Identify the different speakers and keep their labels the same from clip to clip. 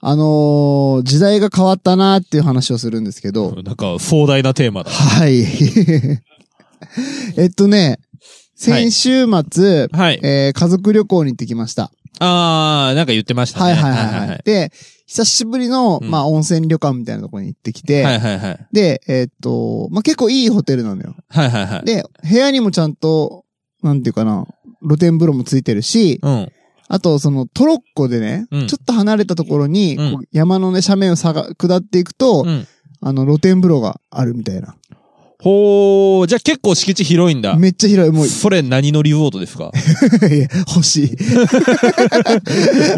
Speaker 1: あのー時代が変わったなっていう話をするんですけど、
Speaker 2: なんか壮大なテーマだ。
Speaker 1: はい。 えっとね、先週末、
Speaker 2: はい。
Speaker 1: えー家族旅行に行ってきました。
Speaker 2: あー、なんか言ってました
Speaker 1: は
Speaker 2: ね。
Speaker 1: いはいはいはい。で、久しぶりの、
Speaker 2: うん
Speaker 1: まあ、温泉旅館みたいなところに行ってきて、
Speaker 2: はいはいはい。
Speaker 1: で、えっと、まあ、結構いいホテルなのよ。
Speaker 2: はいはいはい。
Speaker 1: で、部屋にもちゃんと、なんていうかな、露天風呂もついてるし、
Speaker 2: うん。
Speaker 1: あと、その、トロッコでね、
Speaker 2: うん
Speaker 1: ちょっと離れたところに、
Speaker 2: うん
Speaker 1: こう山のね、斜面をさが下っていくと、
Speaker 2: うん。
Speaker 1: あの、露天風呂があるみたいな。
Speaker 2: ほー、じゃあ結構敷地広いんだ。
Speaker 1: めっちゃ広い、 もう、
Speaker 2: それ何のリゾートで すか
Speaker 1: いや欲し い。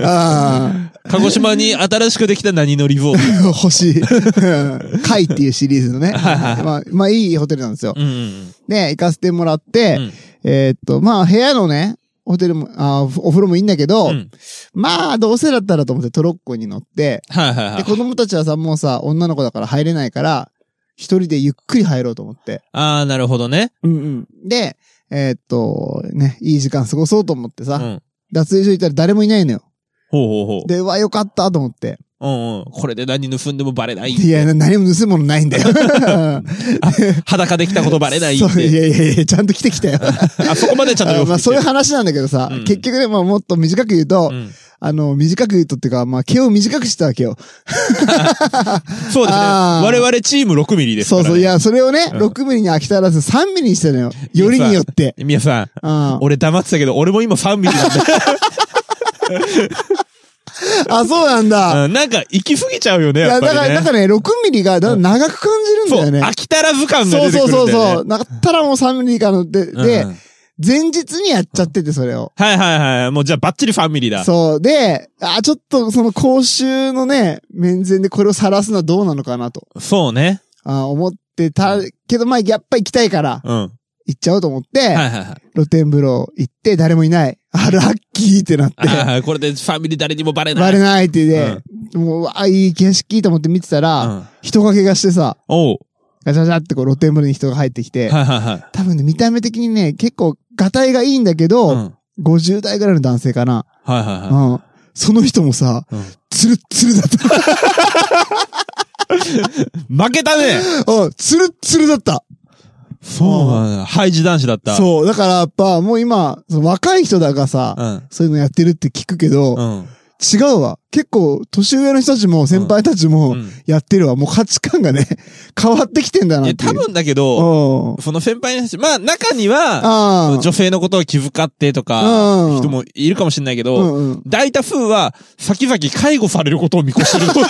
Speaker 1: あ
Speaker 2: 鹿児島に新しくできた何のリゾー
Speaker 1: あ、欲しい。うん貝っていうシリーズのね。
Speaker 2: はいはいはい
Speaker 1: まあ、まあ、いいホテルなんですよ
Speaker 2: ト。う。んうん
Speaker 1: で、行かせてもらっ
Speaker 2: う
Speaker 1: て、
Speaker 2: ん。
Speaker 1: えーっと、まあ、部屋のね、ホテルも、あーおお風呂もいいんだけ
Speaker 2: う
Speaker 1: ど、
Speaker 2: ん。うん。
Speaker 1: まあ、どうせだったらと思ってトロッコに乗って、
Speaker 2: はいはいは
Speaker 1: で、
Speaker 2: い。
Speaker 1: 子供たちはさ、もうさ、女の子だから入れないから、一人でゆっくり入ろうと思って。
Speaker 2: あー、なるほどね。
Speaker 1: うんうん。で、えーっと、ね、いい時間過ごそうと思って
Speaker 2: う
Speaker 1: さ、
Speaker 2: ん。
Speaker 1: 脱衣所行ったら誰もいないのよ。
Speaker 2: ほうほうほう。
Speaker 1: で、うわ、よかったと思って。
Speaker 2: うんうん。これで何盗んでもバレない。
Speaker 1: いや、な何も盗むものないんだ よ。
Speaker 2: 裸で来たことバレないっ
Speaker 1: そうい
Speaker 2: て。
Speaker 1: やいやいや、ちゃんと来てきたよ。
Speaker 2: あそこまでちゃんと
Speaker 1: あ
Speaker 2: 洋
Speaker 1: まあ、
Speaker 2: 服着
Speaker 1: そ
Speaker 2: て
Speaker 1: うい
Speaker 2: る
Speaker 1: う話なんだけどさ、
Speaker 2: うん
Speaker 1: 結局でももっと短く言うと、
Speaker 2: うん
Speaker 1: あの、短く言うとっていうか、まあ、毛を短くしたわけよ。
Speaker 2: そうですね。
Speaker 1: あー
Speaker 2: 我々チーム6ミリですか
Speaker 1: そう
Speaker 2: らね。
Speaker 1: そう。いや、それをね、
Speaker 2: うん
Speaker 1: 6ミリに飽き足らず3ミリにしたのよ。よりによって。
Speaker 2: 皆さん、
Speaker 1: うん
Speaker 2: 俺黙ってたけど、俺も今3ミリなんだ。
Speaker 1: あ、そうなんだ。
Speaker 2: うんなんか、行き過ぎちゃうよね、
Speaker 1: い
Speaker 2: や
Speaker 1: や、
Speaker 2: っぱ
Speaker 1: だから、
Speaker 2: り
Speaker 1: だ
Speaker 2: ね。
Speaker 1: からね、6ミリがだ長く感じ
Speaker 2: そう、
Speaker 1: るんだよ
Speaker 2: 飽
Speaker 1: ね。
Speaker 2: きたらず感が
Speaker 1: そ
Speaker 2: 出
Speaker 1: う
Speaker 2: て
Speaker 1: そ
Speaker 2: く
Speaker 1: うそ
Speaker 2: るん
Speaker 1: う
Speaker 2: だよね。
Speaker 1: そう。なかったらもう3ミリ以下ので、で
Speaker 2: う、ん
Speaker 1: 前日にやっちゃってて、それを。
Speaker 2: はいはいはい。もうじゃあバッチリファミリーだ。
Speaker 1: そう。で、あ、ちょっとその公衆のね、面前でこれを晒すのはどうなのかなと、
Speaker 2: そうね。
Speaker 1: あ思ってたけど、まあ、やっぱ行きたいから、
Speaker 2: うん。は
Speaker 1: 行っちゃおうと思っ
Speaker 2: い
Speaker 1: て、
Speaker 2: はいはい
Speaker 1: 露天風呂行って、誰もいない。あ、ラッキーってなっ
Speaker 2: あー
Speaker 1: て、
Speaker 2: はい。これでファミリー誰にもバレない。
Speaker 1: バレないってで、もう、あ、いい景色と思って見てたら、
Speaker 2: うん。
Speaker 1: 人影がしてさ、
Speaker 2: おう。
Speaker 1: ガチャガチャってこう露天風呂に人が入ってきて、
Speaker 2: はいはいはい。
Speaker 1: 多分ね、見た目的にね、結構、ガタイがいいんだけ
Speaker 2: うん。
Speaker 1: ど、
Speaker 2: はい
Speaker 1: 50代ぐらいの男性かな。
Speaker 2: はいは
Speaker 1: うん。その人もさ、
Speaker 2: いうん。
Speaker 1: ツルッツルだった。
Speaker 2: 負けたね
Speaker 1: うん、ツルッツルだった。
Speaker 2: そうなんだ。ハイジ男子だった。う。
Speaker 1: そう。だからやっぱ、もう今、その若い人だがさ、
Speaker 2: うん。
Speaker 1: そういうのやってるって聞くけど、
Speaker 2: うん。
Speaker 1: 違うわ。結構、年上の人たちも、先輩たちも、
Speaker 2: うん
Speaker 1: やってるわ。もう価値観がね、 変わってきてんだ
Speaker 2: い
Speaker 1: なっ
Speaker 2: や、
Speaker 1: ていう。
Speaker 2: 多分だけど、
Speaker 1: うん。
Speaker 2: その先輩の人、まあ中には、
Speaker 1: ああ。
Speaker 2: 女性のことを気遣ってとか、
Speaker 1: うん
Speaker 2: 人もいるかもしれないけ
Speaker 1: う
Speaker 2: ど、
Speaker 1: んうん。
Speaker 2: 大多数は、先々介護されることを見越してる。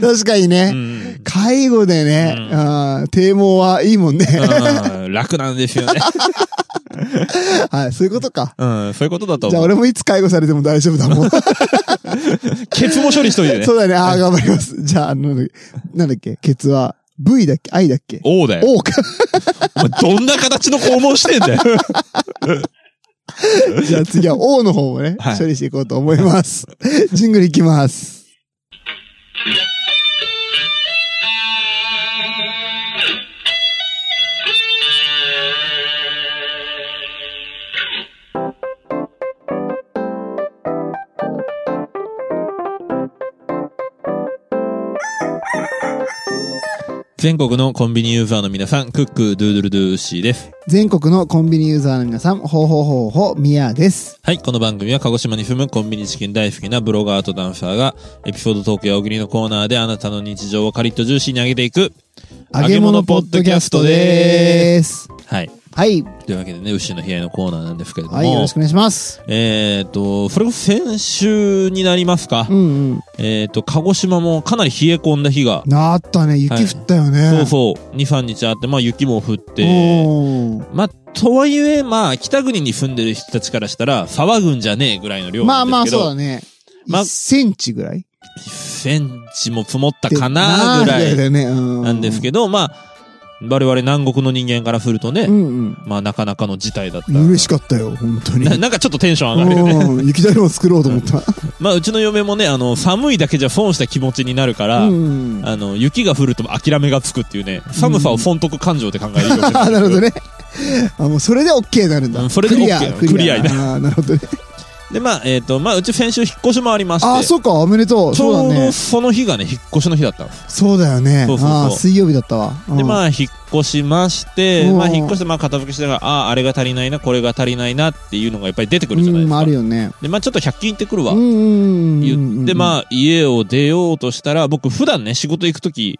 Speaker 1: 確かにね。
Speaker 2: うん
Speaker 1: 介護でね、
Speaker 2: うん
Speaker 1: あー堤防はいいもんね。
Speaker 2: うん楽なんで すよね。
Speaker 1: はい、そういうことか。
Speaker 2: うん、そういうことだと
Speaker 1: じゃあ
Speaker 2: 思う。
Speaker 1: 俺もいつ介護されても大丈夫だもん。
Speaker 2: ケツも処理しといてね
Speaker 1: そ。うだね。ああ、頑張ります。じゃあ、あの、なんだっけ、ケツは、V だっけ ?I だっけ
Speaker 2: 王だよ。
Speaker 1: O か。
Speaker 2: お前どんな形の肛門して んだよ。
Speaker 1: じゃあ次は O の方もね、
Speaker 2: はい
Speaker 1: 処理していこうと思います。 ジングルいきます。
Speaker 2: 全国のコンビニユーザーの皆さん、クック、ドゥードゥルドゥーシーです。
Speaker 1: 全国のコンビニユーザーの皆さん、ほうほうほうほう、みやです。
Speaker 2: はい、この番組は鹿児島に住むコンビニチキン大好きなブロガーとダンサーが、エピソードトークやおぎりのコーナーであなたの日常をカリッとジューシーに上げていく。揚げ物ポッドキャストで
Speaker 1: ーす。
Speaker 2: はい。
Speaker 1: はい。
Speaker 2: というわけでね、牛の部屋のコーナーなんですけれども。
Speaker 1: はい、よろしくお願いします。
Speaker 2: えっ、と、それこそ先週になりますか。
Speaker 1: うんうん。
Speaker 2: えっ、と、鹿児島もかなり冷え込んだ日が、
Speaker 1: なったね、雪降ったよね。
Speaker 2: そうそう、2、3日あって、まあ雪も降って、
Speaker 1: おー
Speaker 2: まあ、とはいえ、まあ、北国に住んでる人たちからしたら、騒ぐんじゃねえぐらいの量
Speaker 1: ま
Speaker 2: な
Speaker 1: あ
Speaker 2: ん
Speaker 1: まあ
Speaker 2: ですけど、
Speaker 1: そうだね。
Speaker 2: ま
Speaker 1: 1センチぐらい
Speaker 2: 1センチも積もったかなぐ
Speaker 1: なあ
Speaker 2: ら
Speaker 1: だ
Speaker 2: い
Speaker 1: よね。
Speaker 2: なんです
Speaker 1: ど。
Speaker 2: けど、まあ、我々南国の人間からするとね、
Speaker 1: うん
Speaker 2: まあ、なかなかの事態だった。
Speaker 1: うん。嬉しかったよ、本当に
Speaker 2: な。なんかちょっとテンション上がるよね。
Speaker 1: うん雪だるま作ろうと思った。
Speaker 2: まあ、うちの嫁もね、あの、寒いだけじゃ損した気持ちになるから、
Speaker 1: うん。
Speaker 2: あの、雪が降ると諦めがつくっていうね、寒さを損得感情で考えるようにな る
Speaker 1: あ、なるほどね。あ、もうそれで OK になるん
Speaker 2: う
Speaker 1: だ。
Speaker 2: んそれで
Speaker 1: クリア
Speaker 2: OK
Speaker 1: クリア
Speaker 2: クリア
Speaker 1: だ。あーなるほどね。
Speaker 2: で、まあ、えっ、と、まあ、うち先週引っ越しもありまして。
Speaker 1: ああ、そっか、おめでとう。
Speaker 2: ち
Speaker 1: そう
Speaker 2: ょ
Speaker 1: だ
Speaker 2: うど
Speaker 1: ね。
Speaker 2: その日がね、引っ越しの日だったんです。
Speaker 1: そうだよね
Speaker 2: そう。そうそう
Speaker 1: ああ、水曜日だったわ。
Speaker 2: で、
Speaker 1: あ、
Speaker 2: まあ、引っ越しまして、
Speaker 1: うん
Speaker 2: まあ、引っ越して、まあ、片付けしてから、ああ、あれが足りないな、これが足りないなっていうのがやっぱり出てく
Speaker 1: う
Speaker 2: るじゃないで
Speaker 1: ん、
Speaker 2: すか。
Speaker 1: あるよね。
Speaker 2: で、まあ、ちょっと100均行ってくるわ
Speaker 1: うん。うん。
Speaker 2: 言って、
Speaker 1: あ。
Speaker 2: まあ、家を出ようとしたら、僕、普段ね、仕事行くとき、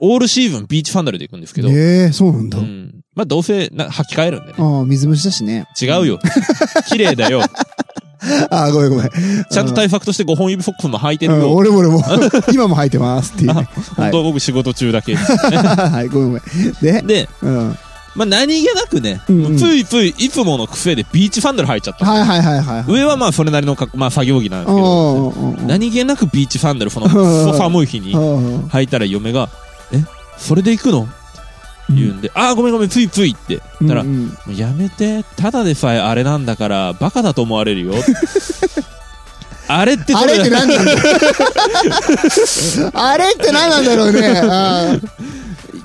Speaker 2: オールシーズンビーチファンダルで行くんですけど、
Speaker 1: ええ、そうなんだ
Speaker 2: う。ん。まあ、どうせな、履き替えるんでね。
Speaker 1: ああ、水虫だしね。
Speaker 2: 違 うよ。綺麗だよ。
Speaker 1: ああ、ごめんごめん。
Speaker 2: ちゃんと対策として5本指ソックスも履いて
Speaker 1: う
Speaker 2: る
Speaker 1: ん
Speaker 2: よ。
Speaker 1: 俺も 俺も。今も履いてますっていうね。は
Speaker 2: 本
Speaker 1: い
Speaker 2: 当は僕仕事中だ け。
Speaker 1: はい、ごめんごめん。で、
Speaker 2: で、
Speaker 1: うん。はい
Speaker 2: まあ、何気なくね、
Speaker 1: うんうん
Speaker 2: ついついいつもの癖でビーチファンダル履いちゃった。
Speaker 1: はいはいはいはい。
Speaker 2: 上はまあ、それなりの格好、まあ、作業着なんですけど、
Speaker 1: おーおーおー
Speaker 2: 何気なくビーチファンダル、その、
Speaker 1: うん
Speaker 2: くそ寒い日に
Speaker 1: おーおー
Speaker 2: 履いたら嫁が、え、それで行くの言うんで、ああ、ごめんごめん、ついついって。たら
Speaker 1: う、ん
Speaker 2: もうやめて、ただでさえあれなんだから、バカだと思われるよ。 あれって
Speaker 1: あ
Speaker 2: そ
Speaker 1: れって何なんだあれって何なんだろうねあー。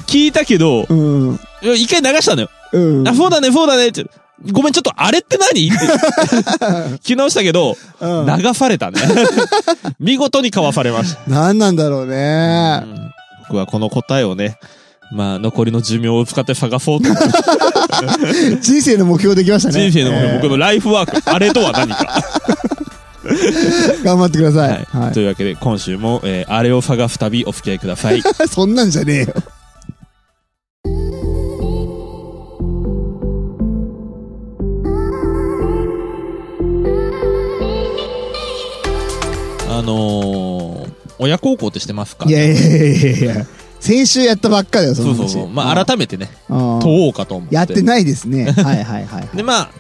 Speaker 2: 聞いたけど、
Speaker 1: うん。
Speaker 2: いや一回流したのよ。
Speaker 1: うん。
Speaker 2: あ、そうだね、そうだねって。ごめん、ちょっとあれって 何って聞き直したけど、
Speaker 1: うん
Speaker 2: 流されたね。 見事にかわされました。
Speaker 1: 何なんだろうね。
Speaker 2: うん僕はこの答えをね、まあ、残りの寿命を使って探そうと思って。
Speaker 1: 人生の目標できましたね。
Speaker 2: 人生の、
Speaker 1: えー
Speaker 2: 僕のライフワーク、あれとは何か。
Speaker 1: 頑張ってくださ
Speaker 2: はい
Speaker 1: い。は
Speaker 2: というわけで、今週も、えーあれを探す旅お付き合いください。
Speaker 1: い。 そんなんじゃねえよ。
Speaker 2: あのー、親孝行ってしてますか
Speaker 1: いやいやいやいやいや先週やったばっかだよ、そ
Speaker 2: そ
Speaker 1: の
Speaker 2: う
Speaker 1: 話。
Speaker 2: そうそう。まあ、改めてね、
Speaker 1: あー
Speaker 2: 問おうかと思って。
Speaker 1: やってないですね。はいはいはいはい。
Speaker 2: で、まあ、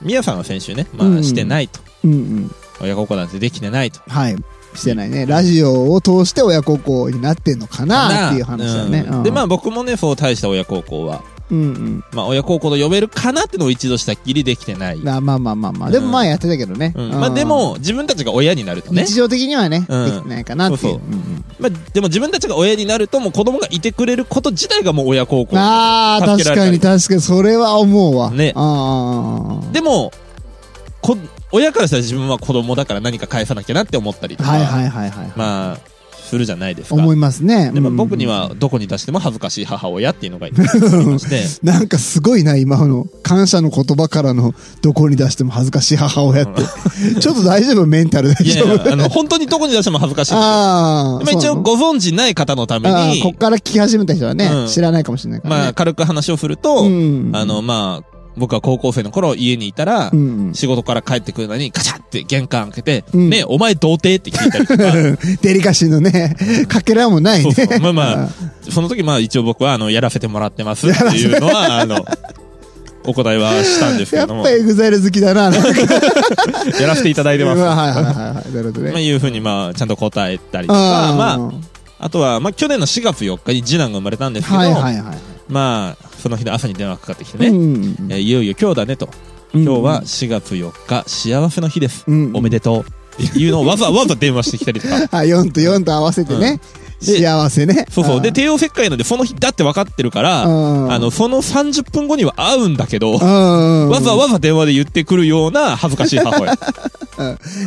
Speaker 2: みやさんは先週ね、ま
Speaker 1: う
Speaker 2: あ、
Speaker 1: ん
Speaker 2: してないと。
Speaker 1: うんうん。
Speaker 2: 親孝行なんてできてないと。
Speaker 1: はい。してないね。ラジオを通して親孝行になってんのかなっていう話だね。
Speaker 2: うんで、ま
Speaker 1: あ、
Speaker 2: あ、僕もね、そう大した親孝行は、
Speaker 1: うん
Speaker 2: まあ、親孝行と呼べるかなってのを一度したっきりできてない。
Speaker 1: うん。あまあまあまあまあ。でもまあやってたけどね。
Speaker 2: うんまあ、でも、自分たちが親になると
Speaker 1: うん、
Speaker 2: ね
Speaker 1: 日。常的にはね、でき
Speaker 2: うん
Speaker 1: てないかなってい
Speaker 2: そう
Speaker 1: う
Speaker 2: そうん
Speaker 1: うん。
Speaker 2: まあ、でも自分たちが親になると、もう子供がいてくれること自体がもう親孝行。
Speaker 1: ああ、確
Speaker 2: 助けら
Speaker 1: か
Speaker 2: れ
Speaker 1: に
Speaker 2: た
Speaker 1: 確かに、それは思うわ。
Speaker 2: ね
Speaker 1: ああ。
Speaker 2: でも、こ、親からしたら自分は子供だから何か返さなきゃなって思ったりとか。
Speaker 1: はいはいはいはい。
Speaker 2: まあ、するじゃないですか。
Speaker 1: 思いますね。
Speaker 2: でも
Speaker 1: うん
Speaker 2: 僕に。はどこに出しても恥ずかしい母親っていうのがいまして、
Speaker 1: なんかすごいな、今の。感謝の言葉からの、どこに出しても恥ずかしい母親 って。ちょっと大丈夫メンタル大
Speaker 2: いや
Speaker 1: 丈
Speaker 2: い
Speaker 1: 夫
Speaker 2: や、あの、本当にどこに出しても恥ずかしいんですよ。
Speaker 1: ああ。
Speaker 2: まあ一
Speaker 1: そうな
Speaker 2: 応
Speaker 1: の
Speaker 2: ご存知ない方のため
Speaker 1: ああ
Speaker 2: に、
Speaker 1: こっから聞き始めた人はね、
Speaker 2: うん
Speaker 1: 知らないかもしれないから、ね。
Speaker 2: まあ軽く話をすると、
Speaker 1: うん
Speaker 2: あの、まあ、僕は高校生の頃家にいたら
Speaker 1: う、ん。
Speaker 2: 仕事から帰ってくるのにガチャって玄関開けて、
Speaker 1: うん
Speaker 2: ねえお前童貞って聞いたりとか、
Speaker 1: デリカシーのね、かけらも ない
Speaker 2: そ
Speaker 1: ね。
Speaker 2: うそうまあま
Speaker 1: あ
Speaker 2: あ、その時まあ一応僕はあの、やらせてもらってますってい うのは、あの、お答えはしたんですけ
Speaker 1: やっ
Speaker 2: れども、
Speaker 1: ぱ
Speaker 2: や
Speaker 1: エグザイル好きだな、なんか。
Speaker 2: らせていただいてます。
Speaker 1: まあはいはいはいはい。なるほどね。
Speaker 2: まあ、いうふうに、まあ、ちゃんと答えたりとか、
Speaker 1: あ
Speaker 2: まあ、あとは、まあ、去年の4月4日に次男が生まれたんですけど、
Speaker 1: はいはいはい。
Speaker 2: まあ、その日の朝に電話かかってきてね、
Speaker 1: うん
Speaker 2: えーいよいよ今日だねと、今日は、4月4日、幸せの日です、
Speaker 1: うんうん。
Speaker 2: おめでとうっていうのをわざわざ電話してきたりとか
Speaker 1: あ、4と4と合わせてね。
Speaker 2: うんで
Speaker 1: 幸せね。
Speaker 2: そうそう。
Speaker 1: ん
Speaker 2: で、、帝王切開なんで、その日だって分かってるから、
Speaker 1: うん
Speaker 2: あの、その30分後には会うんだけ
Speaker 1: う
Speaker 2: ど、
Speaker 1: ん。
Speaker 2: わざわざ電話で言ってくるような恥ずかしい 母親。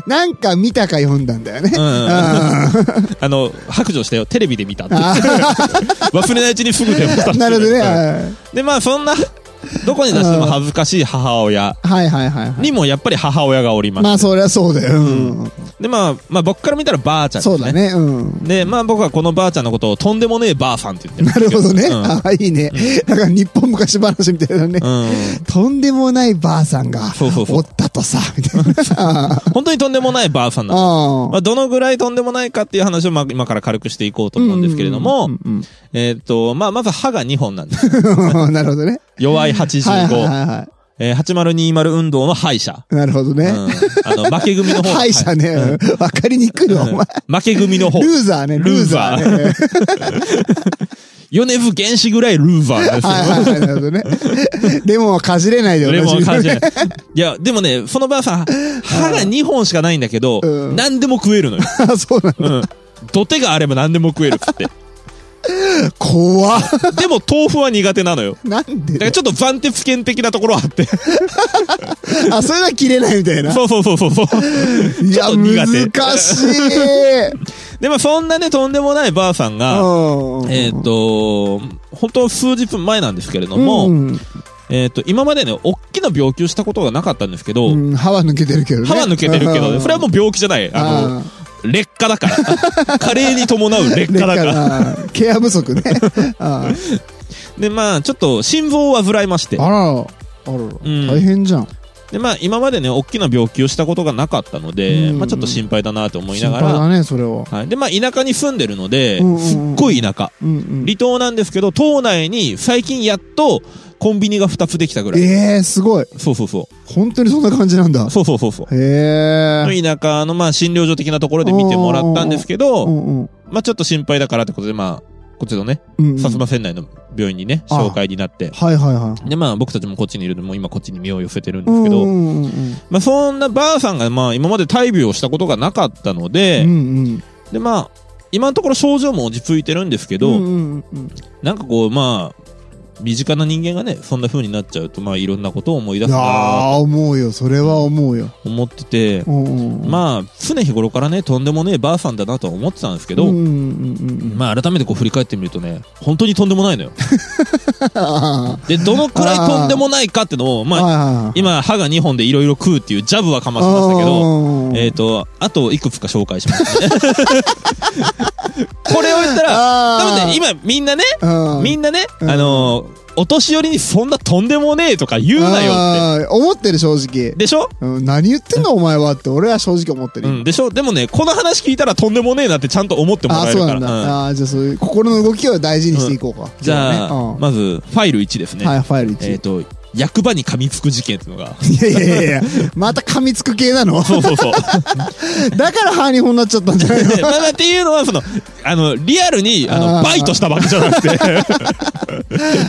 Speaker 1: なんか見たか読んだんだよね。
Speaker 2: うん
Speaker 1: あ
Speaker 2: あの、白状したよ。テレビで見たって。
Speaker 1: あ
Speaker 2: 忘れないうちにすぐ電話したっていう。
Speaker 1: なるほどね。あ
Speaker 2: で、まあそんな、どこに出しても恥ずかしい母親
Speaker 1: あはいはいはいはい。
Speaker 2: にもやっぱり母親がおります。
Speaker 1: まあ、そりゃそうだよ。うん
Speaker 2: で、まあ、まあ僕から見たらばあちゃんです
Speaker 1: そ
Speaker 2: ね。
Speaker 1: うだね。うん。
Speaker 2: で、まあ僕はこのばあちゃんのことをとんでもねえばあさんって言ってる
Speaker 1: な
Speaker 2: んで
Speaker 1: る
Speaker 2: すけ
Speaker 1: ほどね。
Speaker 2: うん
Speaker 1: ああ、いいね。なんか日本昔話みたいなね。
Speaker 2: うん。
Speaker 1: とんでもないばあさんが
Speaker 2: そうそうそう
Speaker 1: おったとさ、みたいなさ。
Speaker 2: 本当にとんでもないばあさんなんです
Speaker 1: あ
Speaker 2: まあ、どのぐらいとんでもないかっていう話を、まあ、今から軽くしていこうと思うんですけれども、
Speaker 1: うんうん
Speaker 2: えーっと、まあ、まず歯が2本な んです。
Speaker 1: うんなるほどね。
Speaker 2: 弱
Speaker 1: は
Speaker 2: い
Speaker 1: いはい
Speaker 2: 85、
Speaker 1: はいは
Speaker 2: えー、8020運動の敗者。
Speaker 1: い。なるほど
Speaker 2: うん。
Speaker 1: ね。
Speaker 2: あの、負け組 の方。
Speaker 1: 敗者ね。うんわかりにくいわ、お前。
Speaker 2: 負け組の方。
Speaker 1: ルーザーね、ルーザーね。
Speaker 2: 米津原始ぐらいルーバーなんですよ。
Speaker 1: はいはいはい、なるほどね。レモンはかじれないで
Speaker 2: レモン感じ
Speaker 1: れ
Speaker 2: ない。いや、でもね、そのばあさん、歯が2本しかないんだけど、
Speaker 1: うん
Speaker 2: 何でも食えるのよ。
Speaker 1: ない。そうなんだ。
Speaker 2: うん。土手があれば何でも食えるっつって。
Speaker 1: 怖っ
Speaker 2: でも豆腐は苦手なのよ。
Speaker 1: なん
Speaker 2: だか
Speaker 1: で
Speaker 2: らちょっとバンテツ犬的なところは あって。
Speaker 1: あ、それは切れないみたいな。
Speaker 2: そうそうそうそうそう。
Speaker 1: いや、
Speaker 2: ちょっと苦手
Speaker 1: 難しい。
Speaker 2: で、まあそんなね、とんでもないばあさんが、
Speaker 1: うん
Speaker 2: えっ、と、本当数日前なんですけれども、
Speaker 1: うん
Speaker 2: えっ、と、今までね、大きな病気をしたことがなかったんですけど、
Speaker 1: うん歯は抜けてるけどね。
Speaker 2: 歯は抜けてるけどね、それはもう病気じゃない。あの、
Speaker 1: あ
Speaker 2: 劣化 だから。加齢に伴う劣
Speaker 1: ー、だ
Speaker 2: 化だ
Speaker 1: か
Speaker 2: から。
Speaker 1: ら、ケア不足ね。あー
Speaker 2: で、まあ、ちょっと心臓を患いまして。
Speaker 1: あらら、あらら
Speaker 2: ん
Speaker 1: 大変じゃん。
Speaker 2: で、まあ、今までね、大きな病気をしたことがなかったので、
Speaker 1: うん
Speaker 2: まあ、ちょっと心配だなと思いな
Speaker 1: 心
Speaker 2: が
Speaker 1: 配
Speaker 2: ら、
Speaker 1: だね、それは。
Speaker 2: はい。で、まあ、田舎に住んでるので、
Speaker 1: うんうんうん
Speaker 2: すっごい田舎。
Speaker 1: うんうん。
Speaker 2: 離島なんですけど、島内に最近やっとコンビニが2つできたぐらい。
Speaker 1: ええ、すごい。
Speaker 2: そうそうそ
Speaker 1: 本当にそんな感じなんだ
Speaker 2: う。。そうそうそうそう。
Speaker 1: へえ。
Speaker 2: の田舎の、まあ、診療所的なところで見てもらったんですけ
Speaker 1: う
Speaker 2: ど、
Speaker 1: んうん
Speaker 2: まあ、ちょっと心配だからってことで、まあ、こっちのね、
Speaker 1: うんうん。
Speaker 2: 薩摩仙台の病院にね、
Speaker 1: ああ
Speaker 2: 紹介になって。
Speaker 1: はいはいはい。
Speaker 2: で、まあ、僕たちもこっちにいるので、もう今こっちに身を寄せてるん
Speaker 1: う
Speaker 2: です
Speaker 1: ん
Speaker 2: け
Speaker 1: う
Speaker 2: ど、
Speaker 1: んうん
Speaker 2: まあ、そんなばあさんが、まあ、今まで大病をしたことがなかったの
Speaker 1: う
Speaker 2: で、
Speaker 1: ん
Speaker 2: で、まあ、今のところ症状も落ち着いてるんですけど、
Speaker 1: うんうん
Speaker 2: なんかこう、まあ、身近な人間がね、そんな風になっちゃうと、まあ、いろんなことを思い出
Speaker 1: い
Speaker 2: す
Speaker 1: や
Speaker 2: な
Speaker 1: ー思うよそれは思うよ、
Speaker 2: と思ってて、
Speaker 1: うんうんうん、あ
Speaker 2: まあ、常日頃からね、とんでもねえばあさんだなとは思ってたんですけど、
Speaker 1: うんうん うん
Speaker 2: まあ、改めてこう振り返ってみるとね、本当にとんでもないのよ。
Speaker 1: あ
Speaker 2: で、どのくらいとんでもないかってのを、
Speaker 1: ー、
Speaker 2: まあ、
Speaker 1: あ
Speaker 2: 今、歯が2本でいろいろ食うっていうジャブはかましましたけ
Speaker 1: ど
Speaker 2: ど、えっ、と、あといくつか紹介しま すね。これを言ったら、多分ね、今みんなね、
Speaker 1: 今
Speaker 2: み
Speaker 1: なん
Speaker 2: なね、
Speaker 1: うん
Speaker 2: あのー、お年寄りにそんなとんでもねえとか言うな
Speaker 1: よっ
Speaker 2: よっ
Speaker 1: て思ってる正直
Speaker 2: て。でしょ
Speaker 1: うん何言ってんのお前はって俺は正直思ってる、
Speaker 2: うん、でしょでもね、この話聞いたらとんでもねえなってちゃんと思っても
Speaker 1: ああ
Speaker 2: らえ
Speaker 1: そ
Speaker 2: る
Speaker 1: うな
Speaker 2: から。
Speaker 1: んだ、
Speaker 2: うん
Speaker 1: ああーじゃあそういう心の動きを大事にしていこうか、
Speaker 2: じゃあ、
Speaker 1: 今日はね
Speaker 2: まず、ファイル1です
Speaker 1: う
Speaker 2: ね。
Speaker 1: んはいファイル1、
Speaker 2: えっ、と、役場に噛みつく事件っていうのが。
Speaker 1: いやいやいやいやまた噛みつく系なの
Speaker 2: そ うそうそう。
Speaker 1: だから歯に本になっちゃったんじゃないの
Speaker 2: でまあまあっていうのは、その、あの、リアルに、あの、
Speaker 1: あー
Speaker 2: バイトしたわけじゃな くて、
Speaker 1: はいはいはい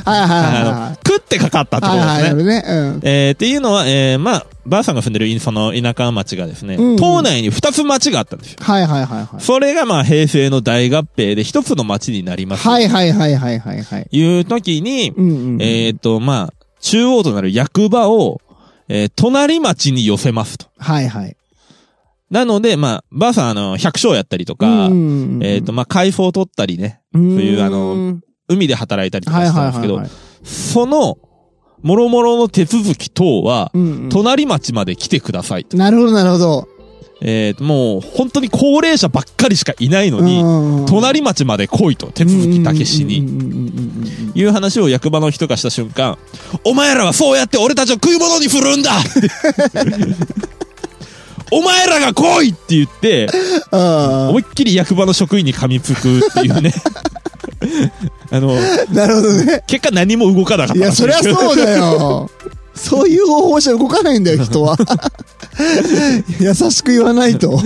Speaker 2: あの、食ってかかったってこと
Speaker 1: はい
Speaker 2: で
Speaker 1: はいはいな
Speaker 2: すね。
Speaker 1: るねうん
Speaker 2: えー、っていうのは、えー、まあ、ばあさんが住んでるその田舎町がですね、
Speaker 1: うんうん
Speaker 2: 島内に二つ町があったんですよ。
Speaker 1: はいはいはいはい
Speaker 2: それがまあ、平成の大合併で一つの町になります。
Speaker 1: はいはいはいはいはいはい。
Speaker 2: いう時に、
Speaker 1: うんうん。
Speaker 2: えっ、と、まあ、中央となる役場を、えー、隣町に寄せますと。
Speaker 1: はいはい。
Speaker 2: なので、まあ、ばあさん、あの、百姓やったりとか、えっ、と、まあ、海藻を取ったりね、
Speaker 1: そう
Speaker 2: いうあの海で働いたりとか
Speaker 1: はい
Speaker 2: して
Speaker 1: はい
Speaker 2: た
Speaker 1: は
Speaker 2: んですけ
Speaker 1: い
Speaker 2: ど
Speaker 1: は、い。
Speaker 2: その、諸々の手続き等は、
Speaker 1: うんうん
Speaker 2: 隣町まで来てくださいと。
Speaker 1: なるほどなるほど。
Speaker 2: えー、もう本当に高齢者ばっかりしかいないのに、
Speaker 1: に
Speaker 2: 隣町まで来いと、手続きだけしに。
Speaker 1: に。
Speaker 2: いう話を役場の人がした瞬間、お前らはそうやって俺たちを食い物に振る んだお前らが来いって言って、
Speaker 1: あ
Speaker 2: 思いっきり役場の職員に噛みつくってい うね。あの、
Speaker 1: あ、なるほどね。
Speaker 2: 結果何も動かなかった。
Speaker 1: いや、そりゃそうだよ。そういう方法じゃ動かないんだよ、 人は。優しく言わないと。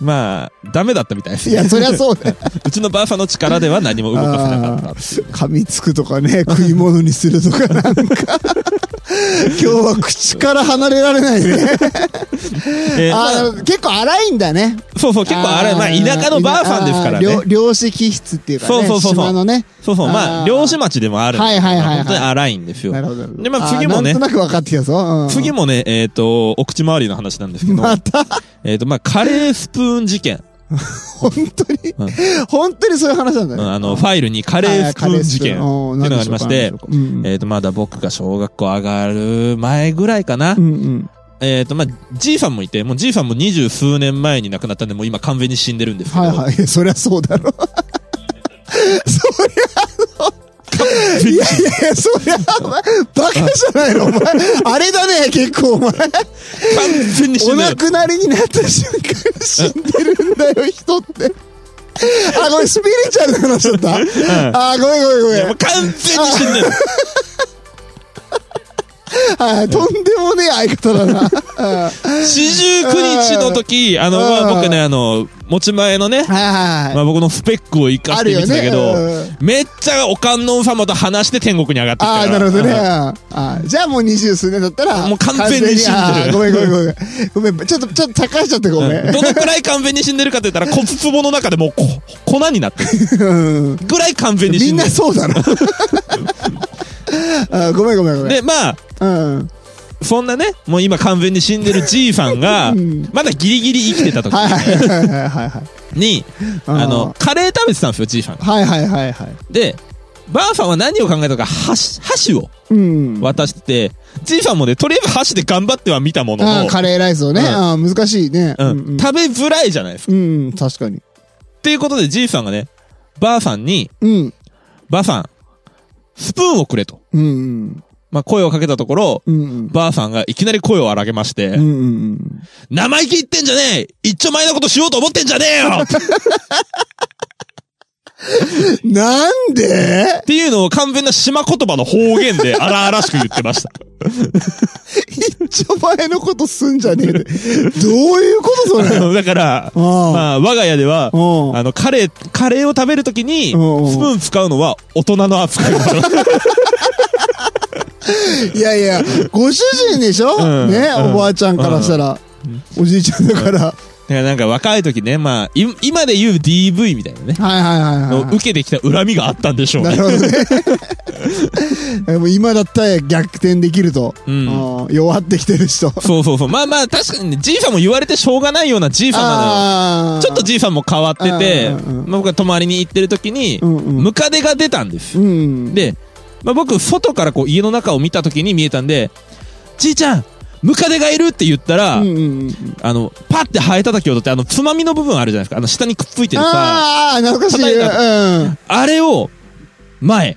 Speaker 2: まあ、ダメだったみたいです
Speaker 1: い
Speaker 2: ね。
Speaker 1: や、そりゃそうだよ。
Speaker 2: うちのばあさんの力では何も動かせなかった。
Speaker 1: 噛みつくとか ね、食い物にするとかなんか。今日は口から離れられないね。
Speaker 2: えーまあ
Speaker 1: あー結構荒いんだね。
Speaker 2: そうそう、結構あれ、まあ、田舎のばあさんですから
Speaker 1: あー
Speaker 2: ね
Speaker 1: 漁。漁師気質っていうかね。
Speaker 2: そうそうそうそう
Speaker 1: 島のね。
Speaker 2: そうそう、ま
Speaker 1: あ
Speaker 2: あ、
Speaker 1: ー
Speaker 2: 漁師町でもあるんですけど
Speaker 1: はいはいはいはい
Speaker 2: 本当に荒いんですよ
Speaker 1: な。るほどなるほど。
Speaker 2: でまあ次もね
Speaker 1: ーなんとなく分かってきたぞ。うん
Speaker 2: 次もね、えっ、と、お口周りの話なんですけど、
Speaker 1: また、
Speaker 2: えっ、と、まあ、カレースプーン事件。
Speaker 1: 本当に
Speaker 2: うん、
Speaker 1: 本当にそういう話なんだ
Speaker 2: うん
Speaker 1: ね。
Speaker 2: あの、ファイルにカレースプーン事件っていうのがありまして、
Speaker 1: うん
Speaker 2: えっ、と、まだ僕が小学校上がる前ぐらいかな。
Speaker 1: うんうん。
Speaker 2: えっ、と、まあ、じいさんもいて、もうじいさんも二十数年前に亡くなったんで、もう今完全に死んでるんですけど、
Speaker 1: はいはい。 そりゃそうだろ。そり
Speaker 2: 完
Speaker 1: ゃ、
Speaker 2: 全
Speaker 1: い
Speaker 2: に
Speaker 1: やいやいや、そりゃ、お前バカじゃない の、お前。あれだね、結構、お前。
Speaker 2: 完全に死
Speaker 1: お
Speaker 2: んで
Speaker 1: 亡
Speaker 2: る。
Speaker 1: くなりになった瞬間に死んでるん だよ、人って。あ、ごめん、スピリチュアルな話だった、あ、ごめんごめんごめ。
Speaker 2: もうん完全に死んでる。
Speaker 1: はい、とんでもねえ相方だな。はい
Speaker 2: 49日の時、あの、まあ、僕ね、あの、持ち前のね、
Speaker 1: はい
Speaker 2: ま
Speaker 1: はい。
Speaker 2: あ、僕のスペックを生かしてみてたけど、
Speaker 1: あるよね
Speaker 2: めっちゃお観音様と話して天国に上がってきたから
Speaker 1: ああ、なるほどね。ああじゃあもう二十数年だったら。
Speaker 2: もう完全に死んでる
Speaker 1: ああごめんごめんごめん。ごめん、ちょっと、ちょっと高橋ちゃってご め
Speaker 2: うん
Speaker 1: ん。
Speaker 2: どのくらい完全に死んでるかって言ったら骨壺の中でもうこ粉になってる
Speaker 1: うん
Speaker 2: ぐらい完全に
Speaker 1: み
Speaker 2: 死
Speaker 1: ん
Speaker 2: んで
Speaker 1: な
Speaker 2: る
Speaker 1: そうだな。 ああごめんごめんごめん。
Speaker 2: でまあ
Speaker 1: うん。
Speaker 2: そんなねもう今完全に死んでるじいさんが、
Speaker 1: ん
Speaker 2: まだギリギリ生きてた時
Speaker 1: はいはいはいはいはいはい。
Speaker 2: に
Speaker 1: うん
Speaker 2: あのカレー食べてたんですよじいさんが
Speaker 1: はいはいはいはい。
Speaker 2: でばあさんは何を考えたか箸箸を
Speaker 1: うん。
Speaker 2: 渡しててじいさんもねとりあえず箸で頑張っては見たもの
Speaker 1: あ
Speaker 2: の
Speaker 1: あ、カレーライスをね。
Speaker 2: うん
Speaker 1: ああ、難しいね。
Speaker 2: うん
Speaker 1: うん
Speaker 2: 食べづらいじゃないですか
Speaker 1: うん、確かに。
Speaker 2: っていうことでじいさんがねばあさんに
Speaker 1: うん。
Speaker 2: ばあさんスプーンをくれと、
Speaker 1: うんうん。
Speaker 2: まあ、声をかけたところ
Speaker 1: うんうん。
Speaker 2: ばあさんがいきなり声を荒げまして、
Speaker 1: うんうんうん。
Speaker 2: 生意気言ってんじゃねえ一丁前のことしようと思ってんじゃねえよっ
Speaker 1: なんで
Speaker 2: ていうのを完全な島言葉の方言で 荒々しく言ってました。
Speaker 1: 一丁前のことすんじゃねえって。どういうことそれ。
Speaker 2: あのだから、
Speaker 1: うん
Speaker 2: まあ、我が家では、
Speaker 1: うん
Speaker 2: あの、カレー、カレーを食べるときに、スプ
Speaker 1: うんうん
Speaker 2: ーン使うのは大人の扱い だと
Speaker 1: いやいや、ご主人でしょ、
Speaker 2: うん
Speaker 1: ね、
Speaker 2: うん
Speaker 1: おばあちゃんからしたら。おじいちゃんだから。は
Speaker 2: だからなんか若い時ね、まあ、い今で言う DV みたいなね
Speaker 1: い、はいはい
Speaker 2: の
Speaker 1: は
Speaker 2: 受けてきた恨みがあったんでしょ
Speaker 1: い。
Speaker 2: う
Speaker 1: な
Speaker 2: ね
Speaker 1: る。ほどね。 でも今だったら逆転できると。
Speaker 2: うん
Speaker 1: あー弱ってきてる人。
Speaker 2: そうそうそう。まあまあ、確かにね、じいさんも言われてしょうがないようなじいさんなのよ。
Speaker 1: ああ。
Speaker 2: ちょっとじいさんも変わってて、
Speaker 1: うんうんうん
Speaker 2: まあ、僕が泊まりに行ってる時に、
Speaker 1: うんうん
Speaker 2: ムカデが出たんです。
Speaker 1: うん。
Speaker 2: で、まあ、僕、外からこう家の中を見た時に見えたんで、じいちゃん、ムカデがいるって言ったら、
Speaker 1: うんうんうん。
Speaker 2: あの、パッて生えた時を取って、あの、つまみの部分あるじゃないですか。あの、下にくっついてるさ、あ
Speaker 1: ああ、懐かしい。
Speaker 2: 叩い
Speaker 1: うん。
Speaker 2: れを、前。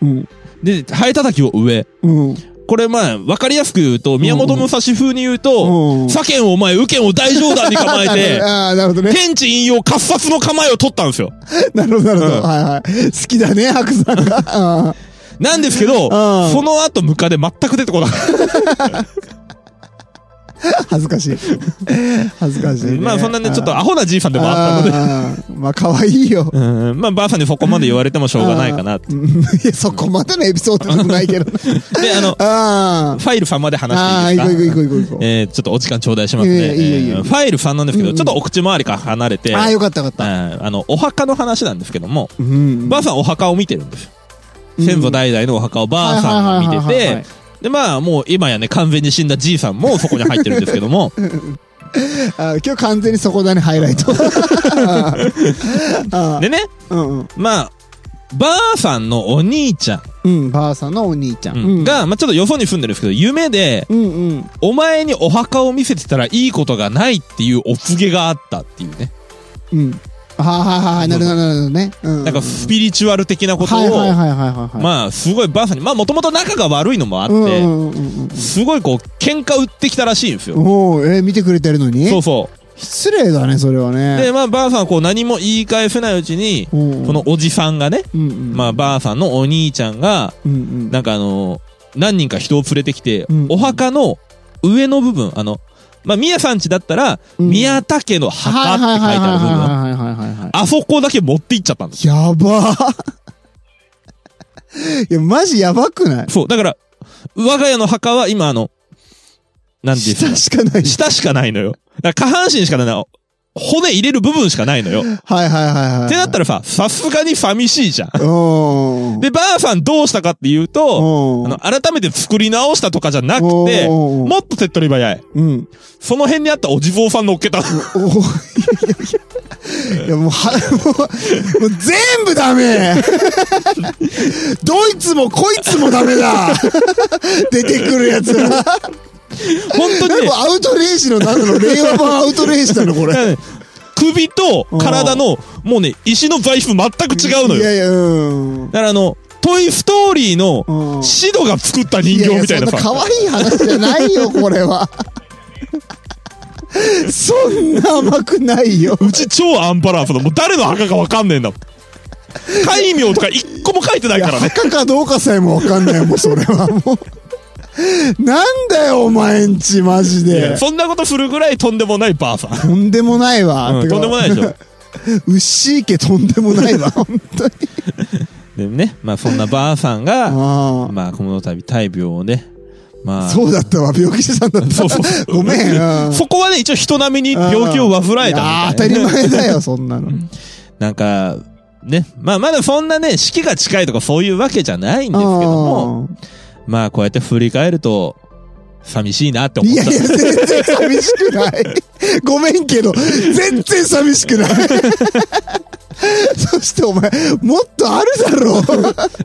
Speaker 1: うん。
Speaker 2: で、生えた時を上。
Speaker 1: うん。
Speaker 2: これ、まあ、わかりやすく言うと、宮本武蔵風に言う
Speaker 1: うんう
Speaker 2: と、
Speaker 1: ん
Speaker 2: 左剣を前、右剣を大上段に構えて、
Speaker 1: ああ、なるほど ね。
Speaker 2: 天地引用、喝殺の構えを取ったんですよ。
Speaker 1: なるほど、なるほ
Speaker 2: うん
Speaker 1: ど。はいはい。好きだね、白さんが。
Speaker 2: なんですけど、
Speaker 1: ん
Speaker 2: その後、ムカデ全く出てこなかっ
Speaker 1: 恥ずかしい。恥ずかしい、
Speaker 2: た。
Speaker 1: ね。
Speaker 2: まあ、そんなね、ちょっ
Speaker 1: あ
Speaker 2: とアホなじいさんでもあったので。
Speaker 1: あーまあ、可愛いよ。
Speaker 2: うん、まあ、ばあさんにそこまで言われてもしょうがないかな。で、
Speaker 1: うんいや、そこまでのエピソードでもないけど。
Speaker 2: あの、
Speaker 1: あ
Speaker 2: ファイルさんまで
Speaker 1: あ。ああ
Speaker 2: 話
Speaker 1: ー、行
Speaker 2: して
Speaker 1: こ
Speaker 2: い
Speaker 1: 行
Speaker 2: いうですか
Speaker 1: こう行こう行こう。
Speaker 2: えー、ちょっとお時間頂戴しますね。
Speaker 1: いやいやいやいや
Speaker 2: えーファイルさんなんですけ
Speaker 1: うん
Speaker 2: ど、
Speaker 1: うん
Speaker 2: ちょっとお口周りから離れて、
Speaker 1: ああ、
Speaker 2: え
Speaker 1: よかったよかった。
Speaker 2: ーあの、お墓の話なんですけども、
Speaker 1: うん
Speaker 2: ばあさんお墓を見てるんですよ。先祖代々のお墓をばあさんが見て
Speaker 1: はいはいはいはいは
Speaker 2: て
Speaker 1: い、
Speaker 2: で、まあ、もう今やね、完全に死んだじいさんもそこに入ってるんですけ ども、
Speaker 1: あー今日完全にそこだね、ハイライト。あー
Speaker 2: でね、
Speaker 1: うんうん。
Speaker 2: まあ、ばあさんのお兄ちゃ
Speaker 1: うん、ばあさんのお兄ちゃん。
Speaker 2: ん
Speaker 1: うん、
Speaker 2: が、まあちょっとよそに住んでるんですけど、夢で、
Speaker 1: うんうん。
Speaker 2: お前にお墓を見せてたらいいことがないっていうお告げがあったっていうね。
Speaker 1: うん。はあ、はあはあ、なるほどなるほどね。うん。
Speaker 2: なんかスピリチュアル的なこと
Speaker 1: はいはい
Speaker 2: を、
Speaker 1: はいはいはいはい。
Speaker 2: まあすごいばあさんに、まあもともと仲が悪いのもあっ
Speaker 1: うん
Speaker 2: て、
Speaker 1: うんうんうん
Speaker 2: すごいこう喧嘩売ってきたらしいんですよ。
Speaker 1: おおえー見てくれてるのに
Speaker 2: そうそ
Speaker 1: 失礼だね、それは
Speaker 2: う。で、
Speaker 1: ね。
Speaker 2: まあばあさんはこう何も言い返せないうちに、
Speaker 1: う
Speaker 2: こ
Speaker 1: ん
Speaker 2: のおじさんがね、
Speaker 1: うんうん。
Speaker 2: まあばあさんのお兄ちゃんが、
Speaker 1: うんうん。
Speaker 2: なんかあの、何人か人を連れてきて
Speaker 1: うん、
Speaker 2: お墓の上の部分、あの、まあ宮さん家だったら、
Speaker 1: うん
Speaker 2: 宮田家の墓って書いてある部分。
Speaker 1: はいはいはいはいはいはいはいはい。
Speaker 2: あそこだけ持って行っちゃったんです
Speaker 1: やば ーいや、マジやばくない
Speaker 2: そう、だから、我が家の墓は今あの、なんていうんです
Speaker 1: 下しか
Speaker 2: か
Speaker 1: ない。
Speaker 2: 下しかないのよ。だから下半身しかないの。骨入れる部分しかないのよ。っ
Speaker 1: はいはいはいはい。
Speaker 2: てなったらさ、さすがに寂しいじゃん。
Speaker 1: ら。おー。
Speaker 2: で、ばあさんどうしたかっていうと、
Speaker 1: お
Speaker 2: あの、
Speaker 1: ー。
Speaker 2: 改めて作り直したとかじゃなく
Speaker 1: お
Speaker 2: て、
Speaker 1: ーおー
Speaker 2: もっと手っ取り早い。
Speaker 1: うん。
Speaker 2: その辺にあったお地蔵さん乗っけ た。
Speaker 1: おー。いやいやいや、もう、は、 もう、もう全部ダメ どいつもこいつもダメだ 出てくるやつら。
Speaker 2: 本当に
Speaker 1: で
Speaker 2: ね
Speaker 1: も、アウトレイジの何なの令和版アウトレイジなのこれ。
Speaker 2: 首と体の、もうね、石の材質全く違うの
Speaker 1: いやい
Speaker 2: よ。
Speaker 1: や、うん。
Speaker 2: だからあの、トイストーリーの
Speaker 1: うん
Speaker 2: シドが作った人形みたいなさ。
Speaker 1: ややそんな可愛い話じゃない よ、これは。そんな甘くないよ。
Speaker 2: うち超アンバランスだ。もう誰の墓かわかんねえんだもん。 戒名とか一個も書いてない
Speaker 1: いや
Speaker 2: からね。
Speaker 1: 墓かどうかさえもわかんないもうそれはもう。なんだよ、お前んち、マジ
Speaker 2: いや
Speaker 1: で。
Speaker 2: そんなことするぐらいとんでもないばあさん。
Speaker 1: とんでもないわ。
Speaker 2: うんとんでもないで しょ。
Speaker 1: うっしーけとんでもないわ、本当に。
Speaker 2: でもね、まあそんなばあさんが、
Speaker 1: あ
Speaker 2: まあこの度大病をね、ま
Speaker 1: あ。
Speaker 2: あ、
Speaker 1: そうだったわ、病気してたんだった。
Speaker 2: そうそう
Speaker 1: ごめん。うん
Speaker 2: そこはね、一応人並みに病気を患え
Speaker 1: ああ
Speaker 2: たみ
Speaker 1: 当たり
Speaker 2: たいなね、
Speaker 1: 前だよ、そんなの。
Speaker 2: なんか、ね、まあまだそんなね、式が近いとかそういうわけじゃないんですけども、まあこうやって振り返ると、寂しいなって
Speaker 1: うん
Speaker 2: 思っ
Speaker 1: い
Speaker 2: た
Speaker 1: や
Speaker 2: ん
Speaker 1: いや、
Speaker 2: です。
Speaker 1: 全然寂しく ない。ごめんけど、全然寂しく ない。そしてお前、もっとあるだろう。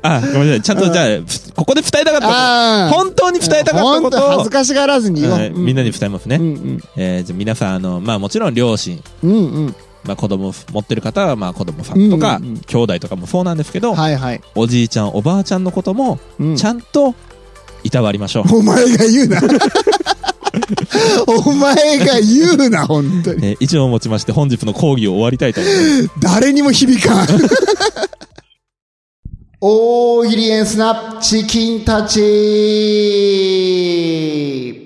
Speaker 2: あ、ごめんなさい。ちゃんとじゃあ、ふここで伝えたかっ た
Speaker 1: あー
Speaker 2: こと。本当に伝えたかった
Speaker 1: ほ
Speaker 2: こ
Speaker 1: んと
Speaker 2: とを。
Speaker 1: 恥ずかしがらずに言おう
Speaker 2: はいみんなに伝えますね。
Speaker 1: うんうん。
Speaker 2: えーじゃあ皆さん、あの、まあもちろん両親、
Speaker 1: うんうん。
Speaker 2: まあ子供持ってる方は、まあ子供さんとか、
Speaker 1: うんうんうん
Speaker 2: 兄弟とかもそうなんですけど、
Speaker 1: はいはい。
Speaker 2: おじいちゃん、おばあちゃんのことも、
Speaker 1: うん
Speaker 2: ちゃんと、いたわりましょう。
Speaker 1: お前が言う な。お前が言うな、本当に。
Speaker 2: えー以上をもちまして本日の講義を終わりたいと思います。
Speaker 1: 誰にも響かん。 大喜利エンスナチキンたち。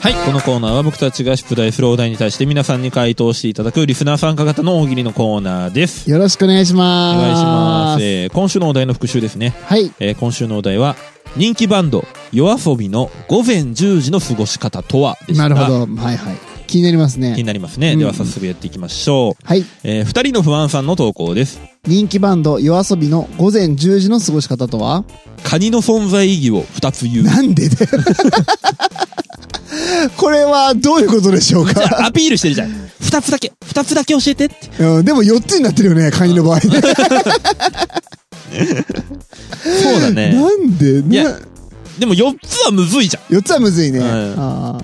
Speaker 2: はい、このコーナーは僕たちが出題するお題に対して皆さんに回答していただくリスナー参加型の大喜利のコーナーです。
Speaker 1: よろしくお願いし
Speaker 2: お
Speaker 1: ま
Speaker 2: 願いします。
Speaker 1: す。
Speaker 2: えー今週のお題の復習ですね。
Speaker 1: はい。
Speaker 2: えー今週のお題は、人気バンド、夜遊びの午前10時の過ごし方とはでした
Speaker 1: なるほど。はいはい。気になります
Speaker 2: 気に
Speaker 1: ね。
Speaker 2: なりますね。
Speaker 1: うん
Speaker 2: では早速やっていきましょう。
Speaker 1: はい。
Speaker 2: えー二人の不安さんの投稿です。
Speaker 1: 人気バンド、夜遊びの午前10時の過ごし方とは
Speaker 2: カニの存在意義を二つ 言う。
Speaker 1: なんでだよ。これはどういうことでしょうか
Speaker 2: アピールしてるじゃん。二つだけ、二つだけ教えてって。
Speaker 1: うん、でも4つになってるよね、カニの場合ね。
Speaker 2: そうだ ね。
Speaker 1: なんで
Speaker 2: いや
Speaker 1: な
Speaker 2: でも四つはむずいじゃん。
Speaker 1: 4つはむずいね。
Speaker 2: うん
Speaker 1: あー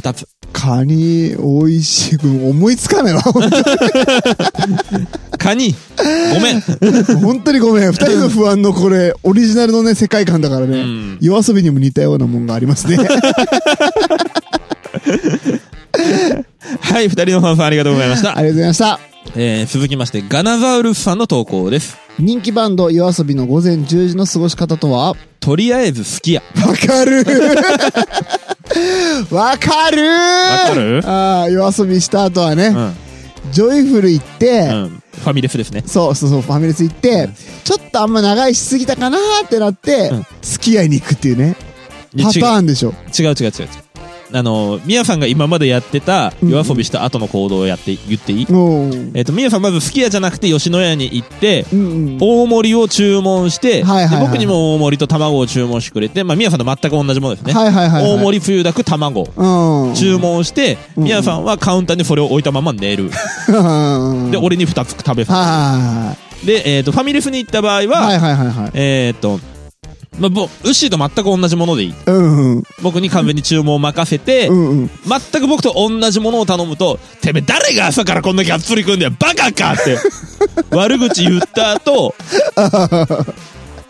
Speaker 2: 二つ。
Speaker 1: カニ、美味しい。思いつかないわ。 本当
Speaker 2: カニ、ごめん。
Speaker 1: に本当にごめん。二人の不安のこれ、オリジナルのね、世界観だからね。
Speaker 2: ん
Speaker 1: 夜遊びにも似たようなもんがありますね。
Speaker 2: はい、二人のファンさんありがとうございました
Speaker 1: あ。りがとうございました。
Speaker 2: えー、続きまして、ガナザウルスさんの投稿です。
Speaker 1: 人気バンド、夜遊びの午前10時の過ごし方とはわ
Speaker 2: とりあえず好きや。
Speaker 1: か るわかるわ
Speaker 2: かる
Speaker 1: ああ、夜遊びした後はね、
Speaker 2: うん。
Speaker 1: ジョイフル行って、
Speaker 2: うん。ファミレスですね。
Speaker 1: そうそうそう、ファミレス行って、ちょっとあんま長いしすぎたかなーってなって
Speaker 2: うん、
Speaker 1: 付き合いに行くっていうね。
Speaker 2: いや
Speaker 1: パターンでしょ。
Speaker 2: 違う違う違う違う。あの、みやさんが今までやってた、
Speaker 1: うん
Speaker 2: 夜遊びした後の行動をやって、言っていい
Speaker 1: おー
Speaker 2: えっと、みやさんまず好きやじゃなくて吉野家に行って、
Speaker 1: うんうん。
Speaker 2: 大盛りを注文して、
Speaker 1: はいはいはい
Speaker 2: で僕にも大盛りと卵を注文してくれて、まあ、みやさんと全く同じものですね。
Speaker 1: はいはいはいはい。
Speaker 2: 大盛りつゆだく卵。
Speaker 1: うん。
Speaker 2: 注文して、
Speaker 1: うん
Speaker 2: みやさんはカウンターにそれを置いたまま寝る。
Speaker 1: 文
Speaker 2: で、。俺に二つ食べさ
Speaker 1: は
Speaker 2: せる。で、えっ、と、ファミレスに行った場合
Speaker 1: い
Speaker 2: は、
Speaker 1: はいはいはいはい。
Speaker 2: えー、っと、まあ、ぼウッシーと全く同じものでいい。
Speaker 1: うんうん。
Speaker 2: 僕に完全に注文を任せて、
Speaker 1: うんうん。
Speaker 2: 全く僕と同じものを頼むと、てめえ誰が朝からこんながっつり食うんだよ、バカか って、悪口言った後、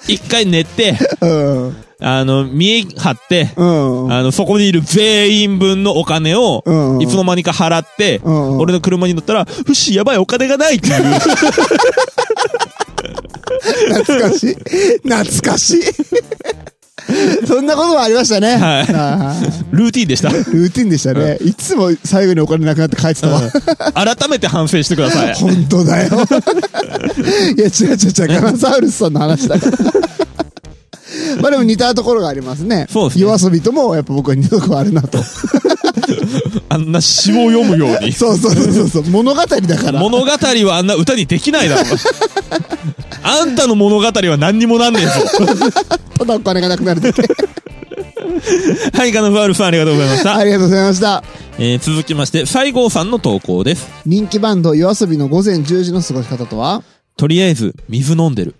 Speaker 2: 一回寝て、
Speaker 1: うん
Speaker 2: あの、見え張って、
Speaker 1: うん。
Speaker 2: あの、そこにいる全員分のお金を
Speaker 1: うんう、ん
Speaker 2: いつの間にか払って、
Speaker 1: うんうん
Speaker 2: 俺の車に乗ったら、フッシーやばいお金がないっていう。
Speaker 1: 懐かしい。懐かしい。そんなこともありましたね。
Speaker 2: はい
Speaker 1: い。
Speaker 2: ルーティ ンでした。
Speaker 1: ルーティンでしたね。いつも最後にお金なくなって帰ってたわ。
Speaker 2: 改めて反省してください。
Speaker 1: 本当だよ。いや、違う違う違う。ガラサウルスさんの話だから。まあでも似たところがありますね。
Speaker 2: そうですね
Speaker 1: 夜遊びとも、やっぱ僕は似たところあるなと。
Speaker 2: あんな詩を読むよ うに。
Speaker 1: そうそうそうそうそう。物語だから。
Speaker 2: 物語はあんな歌にできないだろ。 あんたの物語は何にもなんねえぞ。
Speaker 1: ただお金がなくなるだけ。
Speaker 2: はい、ガノファールさんありがとうございました。
Speaker 1: ありがとうございました。
Speaker 2: えー、続きまして、西郷さんの投稿です。
Speaker 1: 人気バンド、夜遊びの午前10時の過ごし方とは
Speaker 2: とりあえず、水飲んでる。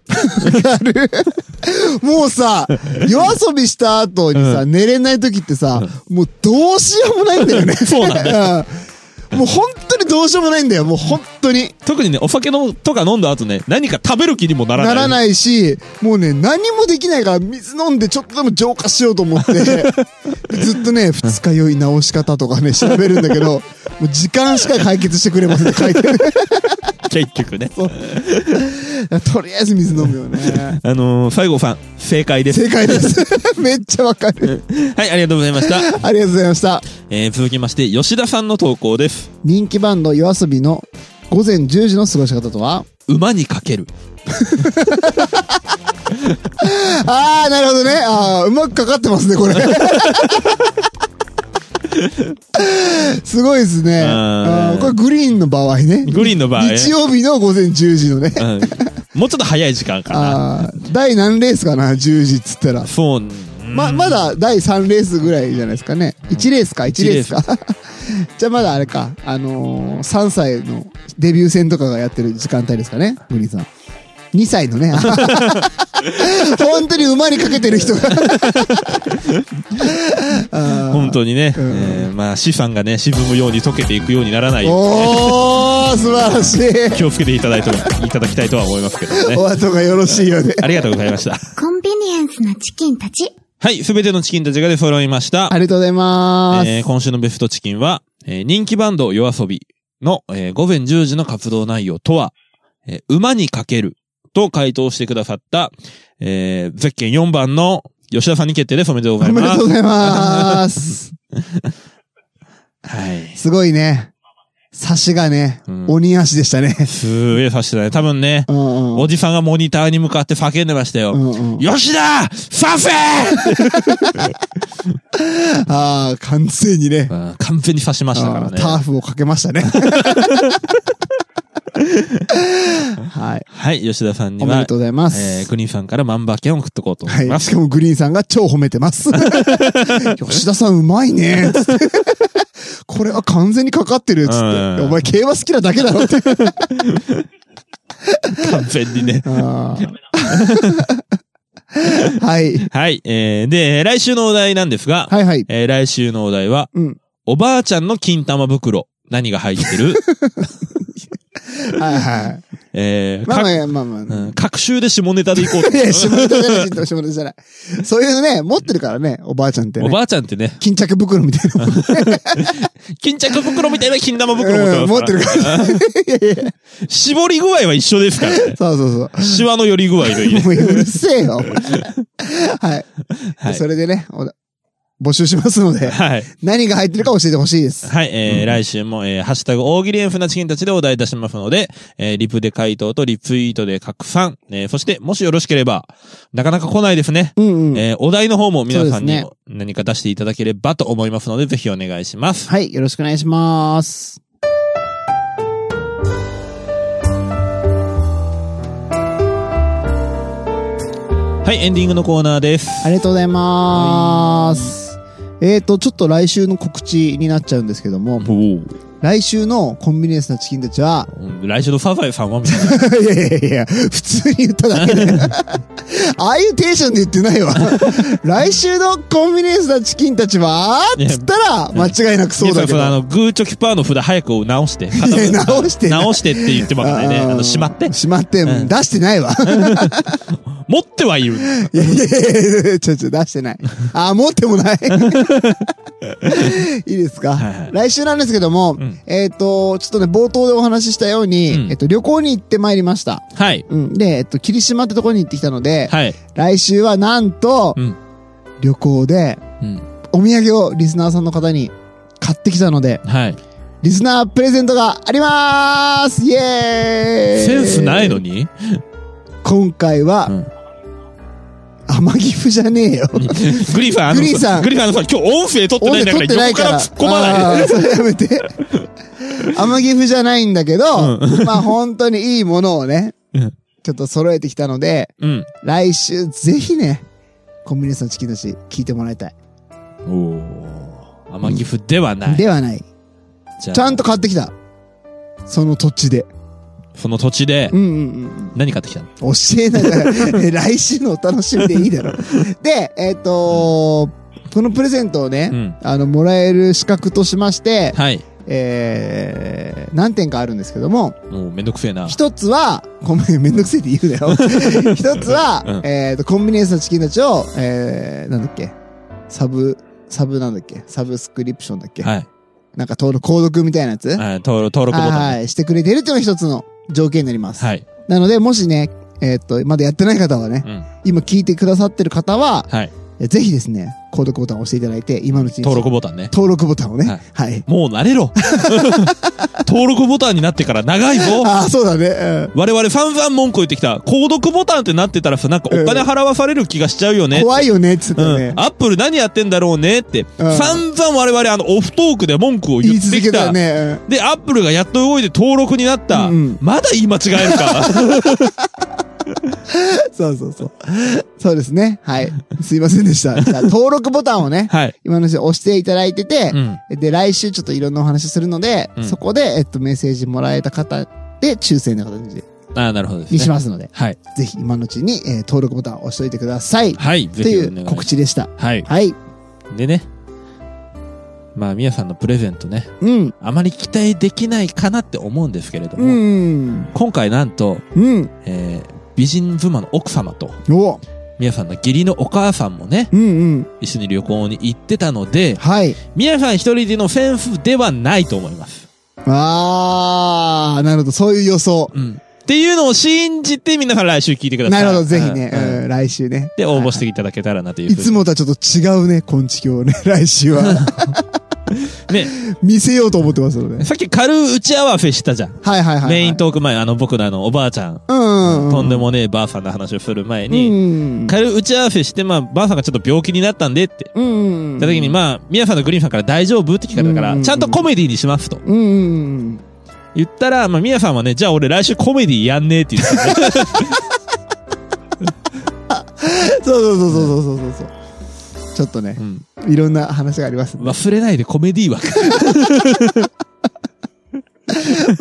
Speaker 1: もう さ、夜遊びした 後にさ、寝れない時ってさ、もうどうしようもないんだよね。
Speaker 2: そうなんだ
Speaker 1: だもう本当にどうしようもないんだよ。もう本当に。
Speaker 2: 特にね、お酒のとか飲んだ後ね、何か食べる気にもならな。
Speaker 1: ないらないし、もうね、何もできないから、水飲んでちょっとでも浄化しようと思 って、ずっとね、二日酔い直し方とかね、調べるんだけど、もう時間しか解決してくれませんって書いて ある。
Speaker 2: 結局ね。
Speaker 1: とりあえず水飲むよね。
Speaker 2: あのー、西郷さん、正解です。
Speaker 1: 正解 です。めっちゃわかる。
Speaker 2: はい、ありがとうございました。
Speaker 1: ありがとうございました。
Speaker 2: えー、続きまして、吉田さんの投稿です。
Speaker 1: 人気バンド夜遊びの午前10時の過ごし方とは
Speaker 2: 馬にかける。
Speaker 1: ああ、なるほどね。ああ、うまくかかってますね、 これ。すごいですね。
Speaker 2: あー
Speaker 1: あーこれグリーンの場合ね。
Speaker 2: グリーンの場合
Speaker 1: 日曜日の午前10時のね。
Speaker 2: うんもうちょっと早い時間かな。
Speaker 1: ああ、第何レースかな、10時っつったら。
Speaker 2: そう。
Speaker 1: ま、まだ第3レースぐらいじゃないですかね。1レースか、1レースか。 じゃあまだあれか、あのー、3歳のデビュー戦とかがやってる時間帯ですかね、グリーンさん。2歳のね。 本当に馬にかけてる人が。
Speaker 2: 本当にね、
Speaker 1: ん
Speaker 2: えーまあ、資産がね、沈むように溶けていくようにならないように
Speaker 1: おー、素晴らしい。
Speaker 2: 気をつけていただいてもいただきたいとは思いますけどね。
Speaker 1: お後がよろしいよね。
Speaker 2: ありがとうございました。
Speaker 3: コンビニエンスなチキンたち。
Speaker 2: はい、すべてのチキンたちが出揃いました
Speaker 1: あ。りがとうございます。
Speaker 2: えー今週のベストチキンは、えー人気バンド夜遊びの、えー午前10時の活動内容とは、えー馬にかけると回答してくださった、えー、ゼッケン4番の吉田さんに決定です。おめでとうござ
Speaker 1: お
Speaker 2: い
Speaker 1: めで
Speaker 2: ま
Speaker 1: とう
Speaker 2: す
Speaker 1: ご。ざいます。
Speaker 2: はい。
Speaker 1: すごいね。差しがね、
Speaker 2: うん
Speaker 1: 鬼足でしたね。
Speaker 2: すーげえさしてない。多分ね
Speaker 1: う、んうん
Speaker 2: おじさんがモニターに向かって叫んでましたよ。
Speaker 1: うんうん
Speaker 2: 吉田サフェ
Speaker 1: ああ、完全にね。
Speaker 2: うん 完全に刺しましたから
Speaker 1: あー
Speaker 2: ね
Speaker 1: タ。ーフをかけま したね。はい。
Speaker 2: はい、吉田さんに
Speaker 1: おめ
Speaker 2: は
Speaker 1: でとうございます。
Speaker 2: えー、グリーンさんから万馬券を送っとこうと思い
Speaker 1: は
Speaker 2: ま
Speaker 1: い。
Speaker 2: す。
Speaker 1: しかもグリーンさんが超褒めて ます。吉田さんうまいね。つってこれは完全にかかってる。つって。
Speaker 2: うん
Speaker 1: お前競馬好きなだけだ ろって。
Speaker 2: 完全にね。
Speaker 1: あーはい。
Speaker 2: はい、えー、で、来週のお題なんですが、
Speaker 1: はいはい。
Speaker 2: えー、来週のお題は、
Speaker 1: うん
Speaker 2: おばあちゃんの金玉袋、何が入って る
Speaker 1: はいはい。
Speaker 2: えー、
Speaker 1: まあ
Speaker 2: か
Speaker 1: まあまあまあ。
Speaker 2: うん、各週で下ネタでいこうと
Speaker 1: いや、下ネタじゃない、下ネタじゃない。そういうのね、持ってるからね、おばあちゃんって
Speaker 2: お
Speaker 1: ね。
Speaker 2: ばあちゃんってね、
Speaker 1: 巾着袋みたいなもん
Speaker 2: 巾着袋みたいな金玉袋
Speaker 1: うん
Speaker 2: 持
Speaker 1: 持
Speaker 2: っ
Speaker 1: ってて
Speaker 2: ま
Speaker 1: る
Speaker 2: す
Speaker 1: か。
Speaker 2: から
Speaker 1: いやいや。
Speaker 2: ら。絞り具合は一緒ですからね
Speaker 1: そうそうそう。
Speaker 2: シワの寄り具合が いいね。
Speaker 1: もううるせえよ。お前はい。
Speaker 2: はい
Speaker 1: それでね、お募集しますので、
Speaker 2: はい。
Speaker 1: 何が入ってるか教えてほしいです。
Speaker 2: はい、えー来週も、えーハッシュタグ、大喜利エンフなチキンたちでお題出しますので、えーリプで回答とリツイートで拡散、えーそして、もしよろしければ、なかなか来ないですね。
Speaker 1: うんうん。
Speaker 2: えーお題の方も皆さんに
Speaker 1: そ
Speaker 2: も何か出していただければと思いますので、ぜひお願いします。
Speaker 1: はい、よろしくお願いします。
Speaker 2: はい、エンディングのコーナーです。
Speaker 1: ありがとうございます。えーと、ちょっと来週の告知になっちゃうんですけども、
Speaker 2: お
Speaker 1: 来週のコンビニエンスなチキンたち は、
Speaker 2: お。来週のサザエさんはみたいな。
Speaker 1: いやいやいや、普通に言っただ けで。ああいうテンションで言って ないわ。来週のコンビニエンスなチキンたちは、
Speaker 2: いや
Speaker 1: つったら、間違いなく そうだけ
Speaker 2: いやそのあ
Speaker 1: ど。
Speaker 2: の、グーチョキパーの札早く直して。
Speaker 1: いや 直してない
Speaker 2: 直してって言ってますからね。
Speaker 1: あー
Speaker 2: あの、しまって。
Speaker 1: しまって、
Speaker 2: うん
Speaker 1: 出してないわ。
Speaker 2: 持ってはいる。
Speaker 1: いやいやいやいやちょちょ、出して ない。ああ、持ってもない。いいですか、
Speaker 2: はいはい
Speaker 1: 来週なんですけども、
Speaker 2: ん
Speaker 1: えっ、と、ちょっとね、冒頭でお話ししたように、
Speaker 2: うん
Speaker 1: えっと、旅行に行ってまいりました。
Speaker 2: はい。
Speaker 1: うん。で、えっと、霧島ってとこに行ってきたので、
Speaker 2: はい。
Speaker 1: 来週はなんと、
Speaker 2: うん
Speaker 1: 旅行で、
Speaker 2: うん。
Speaker 1: お土産をリスナーさんの方に買ってきたので、
Speaker 2: はい。
Speaker 1: リスナープレゼントがありまーすイエーイ
Speaker 2: センスないのに
Speaker 1: 今回は、
Speaker 2: うん
Speaker 1: 天城府じゃねえよ。
Speaker 2: グリーンさん、あの
Speaker 1: グリーンさん
Speaker 2: グリーンさん、あのさ、今日音声撮ってないんだから、横から突っ込まない
Speaker 1: あーそれやめて。 天城府じゃないんだけど、まあ本当にいいものをね、
Speaker 2: うん
Speaker 1: ちょっと揃えてきたので、
Speaker 2: うん。
Speaker 1: 来週ぜひね、コンビニエンスのチキンたち聞いてもらいたい。
Speaker 2: おー。天城府ではない。
Speaker 1: ではない。
Speaker 2: じゃ
Speaker 1: ちゃんと
Speaker 2: と。
Speaker 1: 買ってきた。その土地で。
Speaker 2: その土地で
Speaker 1: う、んうんうん。
Speaker 2: 何買ってきたの
Speaker 1: 教えながら、え来週のお楽しみでいいだろ。で、えっ、とこのプレゼントをね、
Speaker 2: うん
Speaker 1: あの、もらえる資格としまして、
Speaker 2: はい。
Speaker 1: えー、何点かあるんですけども、
Speaker 2: もうめんどくせえな。
Speaker 1: 一つは、コンビニ、めんどくせえって言う なよ。一つは、
Speaker 2: うん
Speaker 1: えっと、コンビニエンスのチキンたちを、えー、なんだっけ、サブ、サブなんだっけ、サブスクリプションだっけ、
Speaker 2: はい。
Speaker 1: なんか登録、購読みたいなやつ、はい、
Speaker 2: はい登録登録ボタンね。
Speaker 1: はい、してくれてるっていうのが一つの条件になります。
Speaker 2: はい。
Speaker 1: なので、もしね、えっ、と、まだやってない方はね、
Speaker 2: うん。
Speaker 1: 今聞いてくださってる方は、
Speaker 2: はい。
Speaker 1: えぜひですね、購読ボタンを押していただいて、今のうちに
Speaker 2: 登録ボタンね。
Speaker 1: 登録ボタンをね、
Speaker 2: は
Speaker 1: はいい。
Speaker 2: もう 慣れろ。登録ボタンになってから長いぞ。
Speaker 1: ああ、そうだね。うん
Speaker 2: 我々散々文句言ってきた。購読ボタンってなってたらさ、なんかお金払わされる気がしちゃうよね。
Speaker 1: 怖いよねって言ってたよ
Speaker 2: う
Speaker 1: ね
Speaker 2: ん。。アップル何やってんだろうねって。
Speaker 1: うん
Speaker 2: 散々我々あのオフトークで文句を言
Speaker 1: 言い
Speaker 2: って
Speaker 1: 続
Speaker 2: き
Speaker 1: けた
Speaker 2: た。
Speaker 1: よね。
Speaker 2: で、アップルがやっと動いて登録になった。
Speaker 1: うんうん
Speaker 2: まだ言い間違える か。
Speaker 1: うんそうそうそう。そうですね。はい。すいませんで した。じゃあ登録ボタンをね、
Speaker 2: はい。
Speaker 1: 今のうちに押していただいてて
Speaker 2: う、ん。
Speaker 1: で、来週ちょっといろんなお話するので、
Speaker 2: うん
Speaker 1: そこで、えっと、メッセージもらえた方で、抽選な形で
Speaker 2: ああ、なるほどですね。
Speaker 1: にしますので、
Speaker 2: はい。
Speaker 1: ぜひ今のうちに、えー登録ボタンを押しておいてください。
Speaker 2: はい。
Speaker 1: と
Speaker 2: ぜひ
Speaker 1: い
Speaker 2: お願
Speaker 1: う
Speaker 2: い
Speaker 1: 告。知でした。
Speaker 2: はい。
Speaker 1: はい。
Speaker 2: でね。まあ、みやさんのプレゼントね。
Speaker 1: うん。
Speaker 2: あまり期待できないかなって思うんですけれども。
Speaker 1: うん。
Speaker 2: 今回なんと、
Speaker 1: うん。
Speaker 2: えー美人妻の奥様と、
Speaker 1: お
Speaker 2: みやさんの義理のお母さんもね、
Speaker 1: うんうん。
Speaker 2: 一緒に旅行に行ってたので、
Speaker 1: はい。
Speaker 2: みやさん一人でのセンスではないと思います。
Speaker 1: あー、なるほど。そういう予想。
Speaker 2: うん。っていうのを信じて皆さん来週聞いてくださ。
Speaker 1: ないるほど。ぜひね、
Speaker 2: うん
Speaker 1: うん来週ね。
Speaker 2: で、応募して
Speaker 1: はい
Speaker 2: ただけたらなという
Speaker 1: い。いつもとはちょっと違うね、昆虫をね、来週 は。
Speaker 2: ね、
Speaker 1: 見せようと思ってますので。
Speaker 2: さっき軽打ち合わせしたじゃん。
Speaker 1: はいはいはいはい。
Speaker 2: メイン。トーク前、あの、僕のあの、おばあちゃん、
Speaker 1: うんうんうん。
Speaker 2: とんでもねえばあさんの話をする前
Speaker 1: うん
Speaker 2: に、
Speaker 1: うん
Speaker 2: 軽打ち合わせして、まあ、ばあさんがちょっと病気になったんでって、
Speaker 1: うん。うんうん。
Speaker 2: 言った時に、まあ、みやさんのグリーンさんから大丈夫って聞かれたか
Speaker 1: う
Speaker 2: ら、
Speaker 1: ん
Speaker 2: ちゃんとコメディにしますと。
Speaker 1: うんうん
Speaker 2: 言ったら、まあ、みやさんはね、じゃあ俺来週コメディやんねえって 言ってたね
Speaker 1: うん。そうそうそうそうそうそうそう。ちょっとね
Speaker 2: う、ん。
Speaker 1: いろんな話があります。も
Speaker 2: 忘れないでコメディ枠。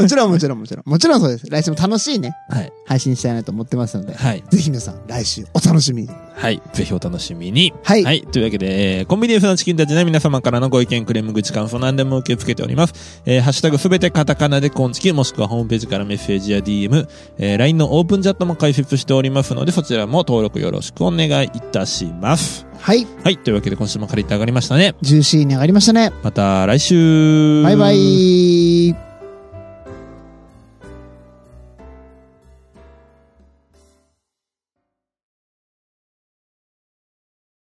Speaker 1: ちろんもちろんもちろん。もちろんそうです。来週も楽しいね、
Speaker 2: はい。
Speaker 1: 配信したいなと思ってますので。
Speaker 2: はい。
Speaker 1: ぜひ皆さん、来週お楽しみに。
Speaker 2: はい。ぜひお楽しみに。
Speaker 1: はい
Speaker 2: はい。というわけで、えーコンビニエンスのチキンたちの皆様からのご意見、クレーム、口感想何でも受け付けております。えーハッシュタグすべてカタカナでコンチキ、もしくはホームページからメッセージや DM、えー LINE のオープンチャットも開設しておりますので、そちらも登録よろしくお願いいたします。
Speaker 1: はい。
Speaker 2: はい。というわけで、今週も借りて上がりましたね。
Speaker 1: ジューシーに上がりましたね。
Speaker 2: また来週
Speaker 1: バイバイ。